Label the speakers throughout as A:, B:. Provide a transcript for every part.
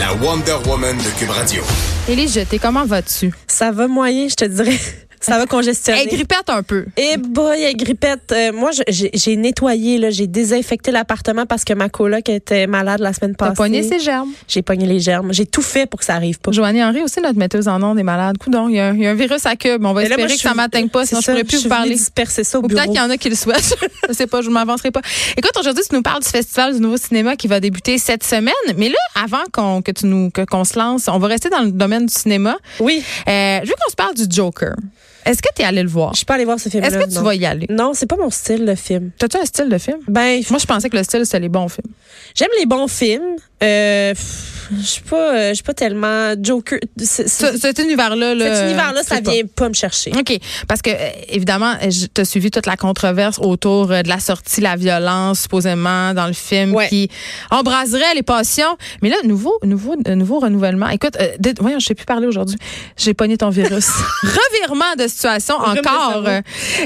A: La Wonder Woman de Cube Radio.
B: Élise Jeté, comment vas-tu?
C: Ça va moyen, je te dirais. Ça va congestionner.
B: Elle grippette un peu.
C: Eh boy, hey, grippette. Euh, moi, je- j'ai j'ai nettoyé, là, j'ai désinfecté l'appartement parce que ma coloc était malade la semaine
B: T'as
C: passée.
B: pogné ses germes.
C: J'ai pogné les germes. J'ai tout fait pour que ça arrive pas.
B: Joanie Henry aussi, notre metteuse en ondes, est malade. Coudon, il y, a un- il y a un virus à cube. On va
C: Mais là,
B: espérer
C: moi, je
B: que ça
C: suis-
B: m'atteigne pas,
C: c'est
B: sinon je
C: ça,
B: pourrais plus
C: suis
B: vous parler.
C: venue disperser ça au
B: Ou peut-être
C: bureau.
B: qu'il y en a qui le souhaitent. je sais pas, je m'avancerai pas. Écoute, aujourd'hui, tu nous parles du Festival du Nouveau Cinéma qui va débuter cette semaine. Mais là, avant qu'on que tu nous que- qu'on se lance, on va rester dans le domaine du cinéma.
C: Oui,
B: Euh, je veux qu'on se parle du Joker. Est-ce que tu es allé le voir?
C: je suis pas allée voir ce film-là.
B: Est-ce que tu
C: non.
B: vas y aller?
C: Non, c'est pas mon style, le film.
B: T'as-tu un style de film?
C: Ben,
B: Moi, je pensais que le style, c'était les bons films.
C: j'aime les bons films. Euh, pff, je suis pas, euh, je suis pas tellement Joker. c'est- c'est-
B: Ce- cet univers-là, là,
C: cet univers-là, ça
B: c'est pas.
C: vient pas me chercher.
B: OK. Parce que, euh, évidemment, euh, je t'ai suivi toute la controverse autour euh, de la sortie, la violence, supposément, dans le film,
C: Ouais.
B: qui embraserait les passions. Mais là, nouveau, nouveau, euh, nouveau renouvellement. Écoute, euh, dites- voyons, je sais plus parler aujourd'hui. J'ai pogné ton virus. Revirement de situation
C: Revirement de
B: encore. Euh,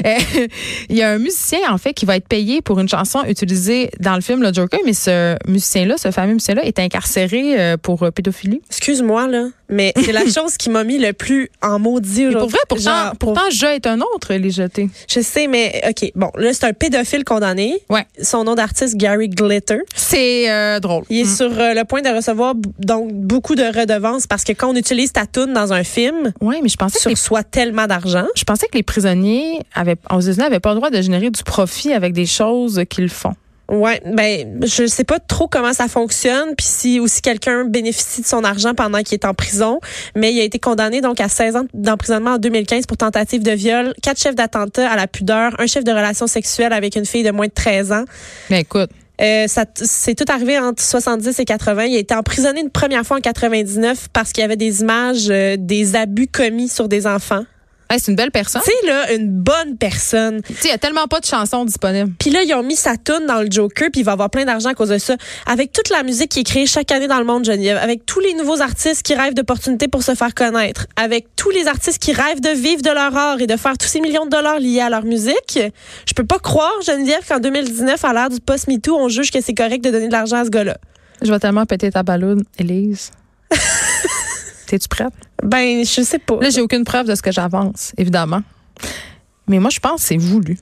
B: euh, Il y a un musicien, en fait, qui va être payé pour une chanson utilisée dans le film Le Joker, mais ce musicien-là, ce fameux musicien-là, est incarcéré euh, pour euh, pédophilie.
C: Excuse-moi, là, mais c'est la chose qui m'a mis le plus en maudit
B: Et
C: aujourd'hui.
B: pour vrai, pourtant,
C: Genre, pour-
B: pourtant, je est un autre, les jetés.
C: Je sais, mais OK. Bon, là, c'est un pédophile condamné.
B: Ouais.
C: Son nom d'artiste, Gary Glitter.
B: C'est euh, drôle.
C: Il est sur euh, le point de recevoir b- donc beaucoup de redevances parce que quand on utilise ta toune dans un film,
B: Oui, mais je pensais,
C: tu
B: que les,
C: reçois tellement d'argent.
B: je pensais que les prisonniers avaient, aux États-Unis n'avaient pas le droit de générer du profit avec des choses qu'ils font.
C: Ouais, ben je sais pas trop comment ça fonctionne, puis si aussi quelqu'un bénéficie de son argent pendant qu'il est en prison, mais il a été condamné donc à 16 ans d'emprisonnement en 2015 pour tentative de viol, quatre chefs d'attentat à la pudeur, un chef de relation sexuelle avec une fille de moins de 13 ans.
B: Mais écoute,
C: Euh, ça t- c'est tout arrivé entre 70 et 80. Il a été emprisonné une première fois en 99 parce qu'il y avait des images euh, des abus commis sur des enfants.
B: hey, c'est une belle personne.
C: Tu sais là, une bonne personne.
B: Tu sais, Il y a tellement pas de chansons disponibles.
C: Puis là, ils ont mis sa toune dans le Joker, puis il va avoir plein d'argent à cause de ça. Avec toute la musique qui est créée chaque année dans le monde, Geneviève, avec tous les nouveaux artistes qui rêvent d'opportunités pour se faire connaître, avec tous les artistes qui rêvent de vivre de leur art et de faire tous ces millions de dollars liés à leur musique, je peux pas croire, Geneviève, qu'en 2019, à l'ère du post-MeToo, on juge que c'est correct de donner de l'argent à ce gars-là.
B: Je vais tellement péter ta balloune, Élise. T'es-tu prête?
C: Ben, je sais pas.
B: Là, j'ai aucune preuve de ce que j'avance, évidemment. Mais moi, je pense que c'est voulu.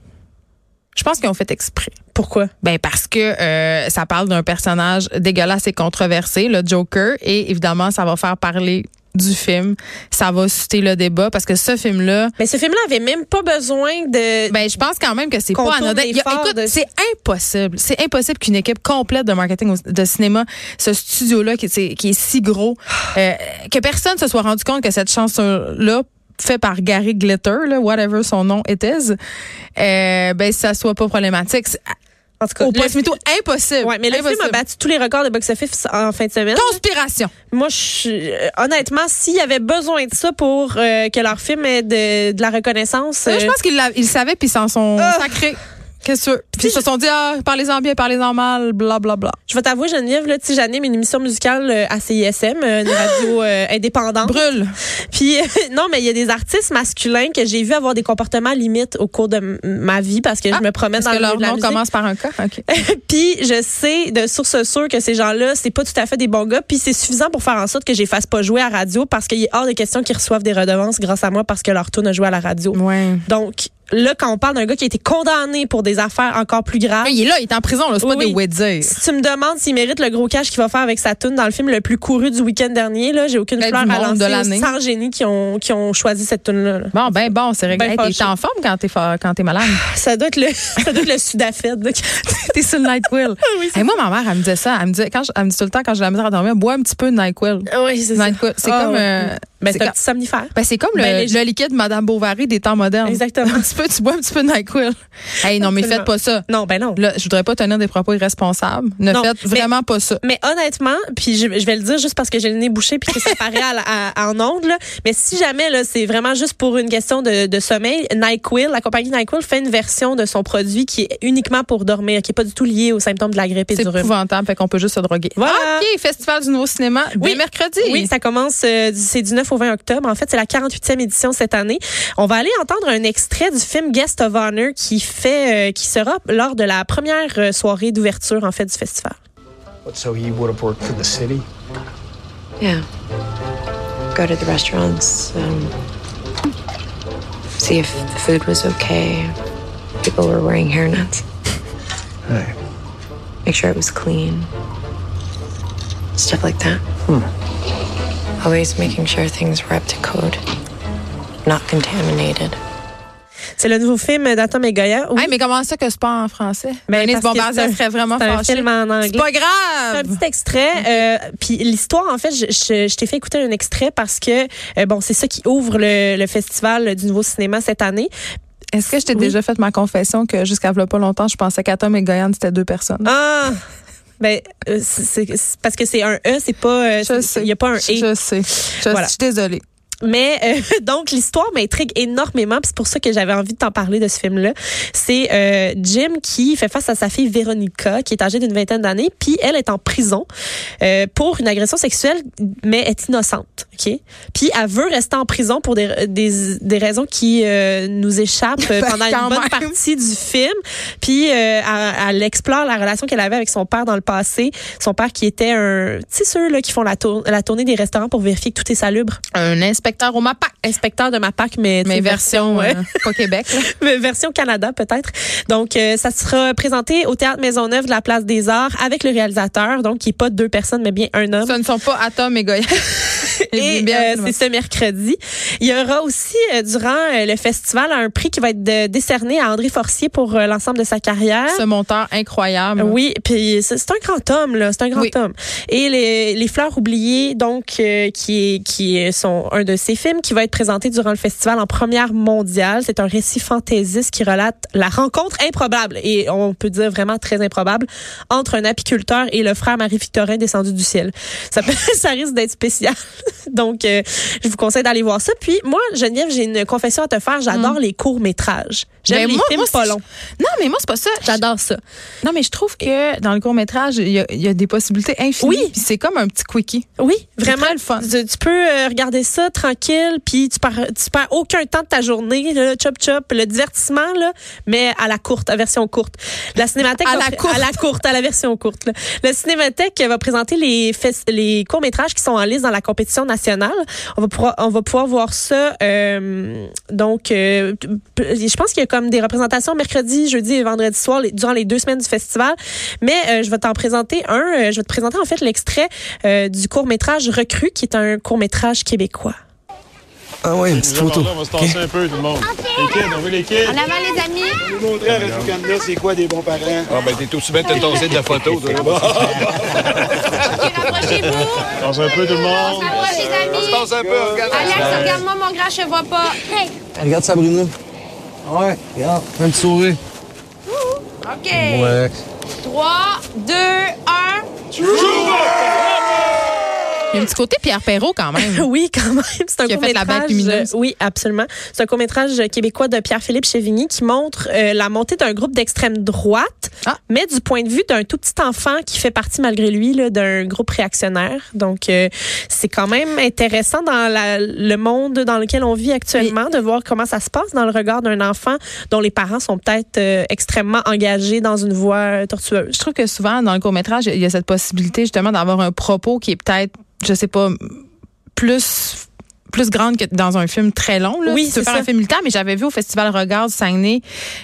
B: Je pense qu'ils ont fait exprès.
C: Pourquoi?
B: Ben parce que euh, ça parle d'un personnage dégueulasse et controversé, le Joker, et évidemment, ça va faire parler du film, ça va susciter le débat parce que ce film-là,
C: Mais Ben, ce film-là avait même pas besoin de...
B: ben je pense quand même que c'est pas
C: Contourne
B: anodin.
C: les
B: Il y a-
C: phares
B: écoute,
C: de-
B: c'est impossible, c'est impossible qu'une équipe complète de marketing au- de cinéma, ce studio-là qui, c'est- qui est si gros, euh, que personne se soit rendu compte que cette chanson-là faite par Gary Glitter, là, whatever son nom était, euh, ben ça soit pas problématique. C'est-
C: en tout cas,
B: Au
C: le-
B: post-mito, impossible.
C: Ouais, mais le film
B: Impossible.
C: a battu tous les records de box-office en fin de semaine.
B: Conspiration.
C: Moi, je suis- euh, honnêtement, s'il y avait besoin de ça pour euh, que leur film ait de, de la reconnaissance,
B: je
C: euh,
B: pense qu'ils l'a- ils le savaient, puis ils s'en sont
C: Ah.
B: sacrés. Qu'est-ce que tu veux? Puis ils se sont dit, ah, parlez-en bien, parlez-en mal, bla, bla, bla.
C: je vais t'avouer, Geneviève, là, tu sais, j'anime une émission musicale euh, à CISM, euh, une radio euh, indépendante.
B: Brûle.
C: Puis euh, non, mais il y a des artistes masculins que j'ai vu avoir des comportements limites au cours de m- ma vie parce que
B: Ah,
C: je me promène
B: Est-ce
C: dans
B: que
C: le milieu
B: leur
C: de la
B: nom
C: musique.
B: commence par un Eh. cas? OK.
C: Puis je sais de source sûre que ces gens-là, c'est pas tout à fait des bons gars. Puis c'est suffisant pour faire en sorte que je les fasse pas jouer à radio parce qu'il est hors de question qu'ils reçoivent des redevances grâce à moi parce que leur tourne a joué à la radio.
B: Ouais.
C: Donc, là, quand on parle d'un gars qui a été condamné pour des affaires encore plus graves,
B: Ah, Il est là, il est en prison, là. C'est pas
C: Oui.
B: des wedges.
C: si tu me demandes s'il mérite le gros cash qu'il va faire avec sa toune dans le film le plus couru du week-end dernier, là, j'ai aucune
B: Ben,
C: fleur
B: du
C: à
B: monde de
C: lancer
B: l'année.
C: aux 100 génies qui ont, qui ont choisi cette toune-là. là.
B: Bon, ben bon, c'est réglé.
C: Ben
B: Hey,
C: fâché.
B: t'es en forme quand t'es, fa- quand t'es malade.
C: Ça doit être le, ça doit être le Sudafed. là.
B: t'es sur le NyQuil.
C: Oui, c'est
B: Et moi, ma mère, elle me disait ça. Elle me, disait, quand je- elle me dit tout le temps, quand j'ai la misère à dormir, bois un petit peu de NyQuil.
C: oui, c'est ça.
B: NyQuil. Ben, C'est
C: Ah,
B: comme...
C: ouais.
B: euh,
C: Ben,
B: C'est
C: c'est un
B: quand-
C: petit somnifère.
B: Ben, c'est comme le,
C: Ben, les-
B: le liquide Madame Bovary des temps modernes.
C: Exactement.
B: Un petit peu, tu bois un petit peu de NyQuil. Hey, non, mais faites
C: Absolument.
B: pas ça.
C: Non, ben non.
B: Là, je voudrais pas tenir des propos irresponsables. Ne
C: Non,
B: faites
C: mais-
B: vraiment pas ça.
C: Mais honnêtement, puis je, je vais le dire juste parce que j'ai le nez bouché puis que ça paraît à, la- à- en ondes, là, mais si jamais là, c'est vraiment juste pour une question de, de sommeil, NyQuil, la compagnie NyQuil fait une version de son produit qui est uniquement pour dormir, qui est pas du tout liée aux symptômes de la grippe et
B: C'est
C: du rhume.
B: épouvantable, fait qu'on peut juste se droguer. Ah,
C: Voilà.
B: OK, Festival du Nouveau Cinéma, dès mercredi.
C: Oui, ça commence, euh, du- c'est du 9 au 20 octobre. En fait, c'est la 48e édition cette année. On va aller entendre un extrait du film Guest of Honor qui fait, euh, qui sera lors de la première euh, soirée d'ouverture, en fait, du festival.
D: But so he would have worked for the city?
E: Yeah. Go to the restaurants, um, see if the food was okay, people were wearing hairnets,
D: Hey.
E: make sure it was clean, stuff like that. Always making sure things were up to code, not contaminated.
C: C'est le nouveau film d'Atom et Goya. Oui.
B: Hey, mais comment ça que c'est pas en français?
C: Ben,
B: Denise
C: parce que
B: Bombardier
C: c'est un-
B: serait vraiment
C: c'est un
B: fâchée.
C: film en anglais.
B: C'est pas
C: un
B: grave!
C: petit extrait. euh, puis l'histoire, en fait, je, je- je t'ai fait écouter un extrait parce que, euh, bon, c'est ça qui ouvre le, le festival du nouveau cinéma cette année.
B: Est-ce que je t'ai déjà fait ma confession que jusqu'à v'là pas longtemps, je pensais qu'Atom et Goyan, c'était deux personnes?
C: Ah! Ben, euh, c'est c'est- parce que c'est un E, c'est pas. euh,
B: Je
C: c'est-
B: sais.
C: Il n'y a pas un E.
B: Je sais. Je,
C: Voilà.
B: je suis désolée.
C: Mais euh, donc l'histoire m'intrigue énormément, puis c'est pour ça que j'avais envie de t'en parler de ce film-là. C'est euh, Jim qui fait face à sa fille Véronica, qui est âgée d'une vingtaine d'années, puis elle est en prison euh, pour une agression sexuelle, mais est innocente, ok Puis elle veut rester en prison pour des des, des raisons qui euh, nous échappent euh,
B: Ben,
C: pendant une
B: quand
C: bonne
B: même.
C: partie du film. Puis euh, elle, elle explore la relation qu'elle avait avec son père dans le passé, son père qui était un, tu sais ceux là qui font la, tour- la tournée des restaurants pour vérifier que tout est salubre
B: Un inspecteur au MAPAC.
C: inspecteur de ma PAC, mais,
B: Mais
C: tu sais,
B: version,
C: ouais.
B: euh, pas Québec. là.
C: mais version Canada peut-être. Donc, euh, ça sera présenté au Théâtre Maisonneuve de la Place des Arts avec le réalisateur, donc qui est pas deux personnes, mais bien un homme.
B: Ce ne sont pas Atom et Goyan.
C: Et euh, c'est ce mercredi. Il y aura aussi, euh, durant euh, le festival, un prix qui va être de- décerné à André Forcier pour euh, l'ensemble de sa carrière.
B: ce monteur incroyable.
C: Oui, puis c'est c'est un grand homme là, c'est un grand
B: Mm-hmm. Oui.
C: homme. Et les, les fleurs oubliées donc euh, qui est- qui est- sont un de ses films qui va être présenté durant le festival en première mondiale, c'est un récit fantaisiste qui relate la rencontre improbable et on peut dire vraiment très improbable entre un apiculteur et le frère Marie-Victorin descendu du ciel. Ça peut- ça risque d'être spécial. Donc euh, je vous conseille d'aller voir ça. Puis moi Geneviève, j'ai une confession à te faire, j'adore les courts-métrages. J'aime
B: Mm. Ben,
C: les
B: moi-
C: films
B: moi,
C: pas
B: c'est-
C: longs.
B: Non, mais moi, c'est pas ça.
C: J'adore ça.
B: Non, mais je trouve que dans le court-métrage, il y, a- il y a des possibilités infinies.
C: Oui.
B: Puis c'est comme un petit quickie.
C: Oui,
B: C'est
C: vraiment
B: très le fun.
C: Tu, tu peux euh, regarder ça tranquille, puis tu perds, tu perds aucun temps de ta journée, le chop chop, le divertissement là, mais à la courte, à version courte. La cinémathèque
B: À
C: va
B: la
C: pré-
B: courte.
C: à la courte, à la version courte. là. La cinémathèque va présenter les fes- les courts métrages qui sont en liste dans la compétition nationale. On va pouvoir on va pouvoir voir ça. euh, donc, euh, p- je pense qu'il y a comme des représentations mercredi, jeudi et vendredi soir les- durant les deux semaines du festival. Mais euh, je vais t'en présenter un. Euh, je vais te présenter en fait l'extrait euh, du court métrage Recrue, qui est un court métrage québécois.
F: Ah ouais, une petite photo.
G: Par là, on va se tasser un peu, tout le monde. Les kids, on veut les kids.
H: En avant les amis.
G: Vous montrer à Radio-Canada c'est quoi des bons parents.
A: Ah, ben, t'es aussi bien de te tasser de la photo, toi.
H: Rapprochez-vous.
G: Dans un peu, tout le monde.
H: Rapproche les amis.
A: Tasse un peu, regarde.
H: Alex, regarde-moi mon grand, je te vois pas. Hey.
F: Regarde Sabrina. Ouais, regarde. Un petit sourire.
H: OK.
F: Ouais.
H: 3, 2, 1.
B: Il y a un petit côté Pierre Perrault quand même.
C: Oui, quand même. C'est un
B: Qui a
C: court
B: fait la
C: métrage.
B: bague lumineuse.
C: Oui, absolument. C'est un court métrage québécois de Pierre-Philippe Chevigny qui montre euh, la montée d'un groupe d'extrême droite,
B: Ah.
C: mais du point de vue d'un tout petit enfant qui fait partie malgré lui là, d'un groupe réactionnaire. Donc, euh, c'est quand même intéressant dans la- le monde dans lequel on vit actuellement de voir comment ça se passe dans le regard d'un enfant dont les parents sont peut-être euh, extrêmement engagés dans une voie euh, tortueuse.
B: je trouve que souvent, dans le court-métrage, il y a cette possibilité justement d'avoir un propos qui est peut-être, je sais pas, plus plus grande que dans un film très long. Là.
C: Oui,
B: tu peux
C: c'est
B: faire
C: ça.
B: un film temps, mais j'avais vu au Festival Regard du Saguenay,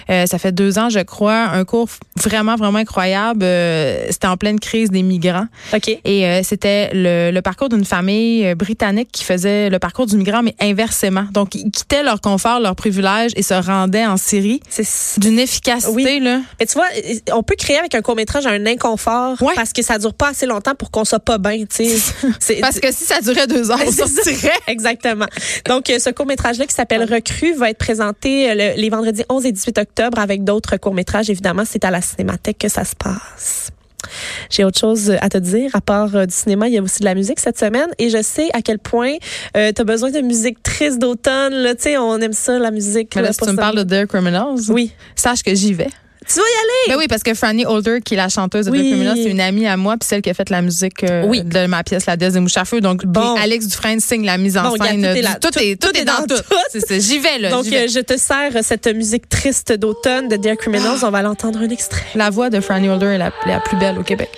B: euh, ça fait deux ans, je crois, un cours vraiment, vraiment incroyable. euh, C'était en pleine crise des migrants.
C: OK.
B: Et euh, c'était le, le parcours d'une famille euh, britannique qui faisait le parcours du migrant, mais inversement. Donc, ils quittaient leur confort, leur privilège et se rendaient en Syrie
C: C'est
B: d'une efficacité.
C: Oui.
B: Là.
C: Mais tu vois, on peut créer avec un court-métrage un inconfort
B: Ouais.
C: parce que ça dure pas assez longtemps pour qu'on soit pas bien, tu sais. C'est-
B: Parce que si ça durait deux heures, on
C: C'est ça.
B: sortirait.
C: Exactement. Donc, euh, ce court-métrage-là qui s'appelle Recrue va être présenté euh, le- les vendredis 11 et 18 octobre avec d'autres courts-métrages. Évidemment, c'est à la Cinémathèque que ça se passe. J'ai autre chose à te dire. À part euh, du cinéma, il y a aussi de la musique cette semaine. Et je sais à quel point tu as besoin de musique triste d'automne. là. Tu sais, on aime ça, la musique.
B: Mais
C: là,
B: là, si
C: pour
B: tu me
C: ça.
B: parles de Dear Criminals,
C: Oui.
B: sache que j'y vais.
C: Tu vas y aller!
B: Ben oui, parce que Franny Holder, qui est la chanteuse de
C: Oui.
B: Dear Criminals, c'est une amie à moi, puis celle qui a fait la musique euh,
C: Oui.
B: de ma pièce La Déesse des mouches à feu. Donc, puis
C: Bon.
B: Alex Dufresne signe la mise en
C: Bon,
B: scène. euh,
C: regarde, tout
B: du-
C: est là.
B: tout, est, tout, est dans, tout. C'est ça. J'y vais, là.
C: Donc,
B: j'y vais.
C: euh, je te sers euh, cette musique triste d'automne de Dear Criminals. On va l'entendre un extrait.
B: La voix de Franny Holder est la, la plus belle au Québec.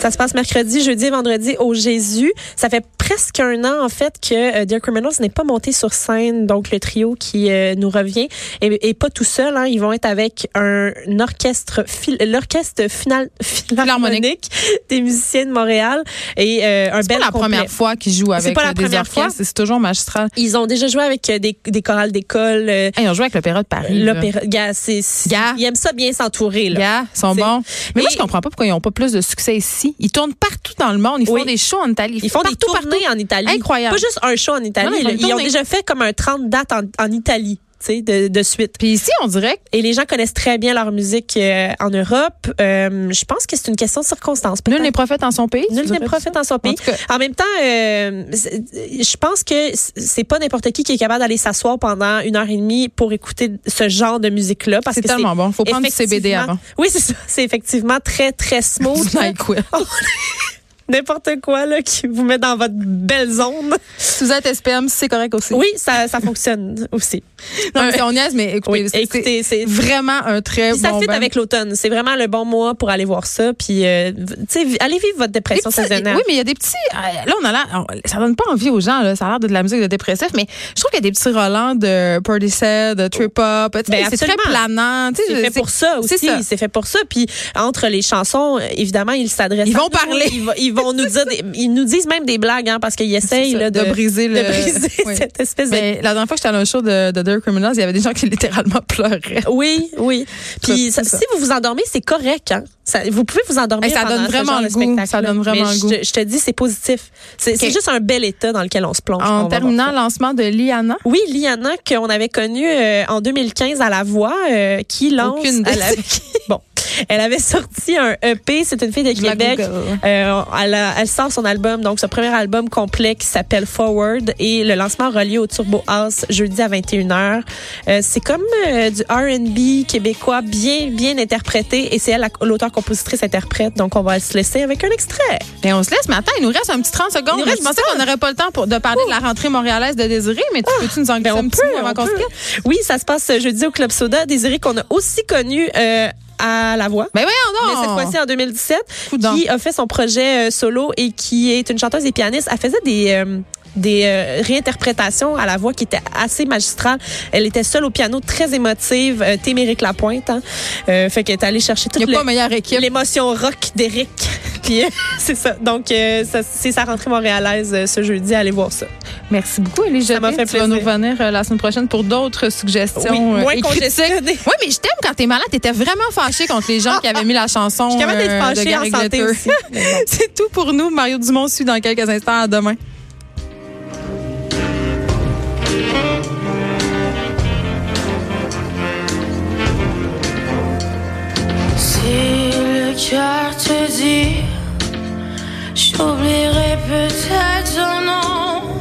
C: Ça se passe mercredi, jeudi et vendredi au Jésus. Ça fait presque un an, en fait, que euh, Dear Criminals n'est pas monté sur scène. Donc, le trio qui euh, nous revient et, et pas tout seul. hein. Ils vont être avec un, un orchestre, phil- l'orchestre final, philharmonique des musiciens de Montréal et euh, un
B: C'est pas
C: bel
B: la
C: complet.
B: première fois qu'ils jouent
C: C'est
B: avec
C: pas la
B: euh, des
C: première fois.
B: orchestres. C'est toujours magistral.
C: Ils ont déjà joué avec euh, des, des chorales d'école. euh,
B: Hey, ils ont joué avec l'Opéra de Paris. là.
C: L'opéra, gars, c'est, c'est-
B: Gars.
C: ils aiment ça bien s'entourer, là.
B: Yeah, ils sont
C: C'est-
B: bons. Mais moi,
C: Mais-
B: je comprends pas pourquoi ils n'ont pas plus de succès ici. Ils tournent partout dans le monde. Ils
C: Oui.
B: font des shows en Italie.
C: Ils font
B: partout,
C: des tournées en Italie.
B: Incroyable.
C: Pas juste un show en Italie.
B: Non, ils font
C: là.
B: une
C: Ils ont
B: tournée.
C: déjà fait comme un 30 dates en, en Italie, tu sais, de, de suite.
B: Puis ici, on dirait que
C: Et les gens connaissent très bien leur musique euh, en Europe. Euh, je pense que c'est une question de circonstance.
B: nul
C: peut-être.
B: n'est prophète en son pays.
C: Nul
B: tu
C: n'est
B: dirais
C: prophète en son
B: ça? En
C: pays.
B: tout cas,
C: En même temps, euh, c'est- je pense que c'est pas n'importe qui qui est capable d'aller s'asseoir pendant une heure et demie pour écouter ce genre de musique-là. Parce
B: c'est
C: que c'est
B: tellement bon. Faut prendre du CBD
C: effectivement-
B: avant.
C: Oui, c'est ça. C'est effectivement très, très smooth. Oh, là.
B: NyQuil.
C: N'importe quoi là, qui vous met dans votre belle zone.
B: Suzette SPM, c'est correct aussi.
C: Oui, ça, ça fonctionne aussi.
B: Non, mais c'est- on niaise, mais écoutez,
C: Oui,
B: c'est-
C: écoutez,
B: c'est
C: c'est-
B: vraiment un très
C: Puis ça
B: bon
C: fit
B: band.
C: avec l'automne. C'est vraiment le bon mois pour aller voir ça. Puis, euh, tu sais, vi- allez vivre votre
B: Des
C: dépression
B: petits-
C: saisonnière.
B: oui, mais il y a des petits. euh, Là, on a l'air. on- Ça donne pas envie aux gens, là. Ça a l'air de, de la musique de dépressif, mais je trouve qu'il y a des petits Roland de Portishead, de Trip Hop. tu sais,
C: Ben,
B: c'est très
C: absolument.
B: planant. tu sais,
C: C'est
B: je-
C: fait pour ça
B: c'est
C: aussi.
B: ça.
C: C'est fait pour ça. Puis entre les chansons, euh, évidemment, ils s'adressent.
B: Ils
C: à
B: vont
C: nous.
B: parler.
C: Ils, vont- ils vont nous dire. des- ils nous disent même des blagues, hein, parce qu'ils essayent
B: ça,
C: là,
B: de briser le-
C: de briser
B: oui.
C: cette espèce de.
B: Mais Ben, la dernière fois que j'étais allée à un show de, de Dear Criminals, il y avait des gens qui littéralement pleuraient.
C: Oui, oui. Puis
B: Ça,
C: ça-
B: c'est ça.
C: si vous vous endormez, c'est correct. Hein? Ça- vous pouvez vous endormir.
B: Hey, ça
C: pendant
B: donne
C: ce
B: vraiment
C: genre de
B: le goût.
C: spectacle-là.
B: Ça donne vraiment
C: Mais
B: le
C: je
B: goût.
C: te- Je, te dis, c'est positif. C'est c'est
B: Ok.
C: juste un bel état dans lequel on se plonge. quand on
B: En
C: va
B: terminant
C: voir ça.
B: lancement de Liana,
C: Oui, Liana, qu'on avait connue euh, en 2015 à La Voix, euh, qui lance...
B: Aucune idée
C: elle avait, bon, elle avait sorti un EP, c'est une fille de
B: je la
C: Québec.
B: Google.
C: Euh, elle, a- elle sort son album, donc ce premier album complet qui s'appelle Forward et le lancement aura lieu au Turbo House jeudi à 21h. Euh, c'est comme euh, du R&B québécois bien bien interprété et c'est elle la- l'auteur-compositrice interprète. Donc on va se laisser avec un extrait.
B: Mais Ben, on se laisse, mais attends, il nous reste un petit 30 secondes.
C: Il nous reste
B: je pensais qu'on n'aurait pas le temps pour, de parler de la rentrée montréalaise de Désiré, mais tu peux-tu nous en glisser
C: Ben,
B: un petit mot avant
C: on
B: qu'on se
C: peut.
B: quitte?
C: Oui, ça se passe jeudi au Club Soda, Désiré qu'on a aussi connu euh, à La Voix.
B: Ben voyons
C: Mais
B: donc!
C: cette fois-ci en 2017,
B: Coudonc.
C: qui a fait son projet euh, solo et qui est une chanteuse et pianiste. Elle faisait des euh, des euh, réinterprétations à la voix qui étaient assez magistrales. Elle était seule au piano, très émotive, euh, témérique la pointe. Hein. Euh, fait qu'elle est allée chercher toute
B: Il n'y a pas
C: le-
B: meilleure équipe.
C: l'émotion rock d'Eric. Puis euh, c'est ça. Donc euh, ça- c'est sa rentrée montréalaise euh, ce jeudi. Allez voir ça.
B: Merci beaucoup, Élie Jeté.
C: m'a fait
B: Tu vas nous
C: plaisir.
B: revenir euh, la semaine prochaine pour d'autres suggestions.
C: Oui,
B: euh,
C: moins
B: et critiques.
C: congestionnée.
B: Oui, mais je t'aime quand t'es malade. T'étais vraiment fâchée contre les gens qui avaient mis la chanson
C: Ah, Je suis capable
B: euh,
C: d'être
B: de
C: fâchée en
B: Gary
C: santé
B: Glitter.
C: aussi. Mais bon.
B: C'est tout pour nous. Mario Dumont suit dans quelques instants. À demain.
H: Si le cœur te dit, j'oublierai peut-être ton nom.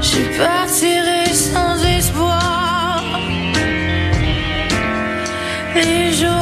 H: Je partirai sans espoir. Les jours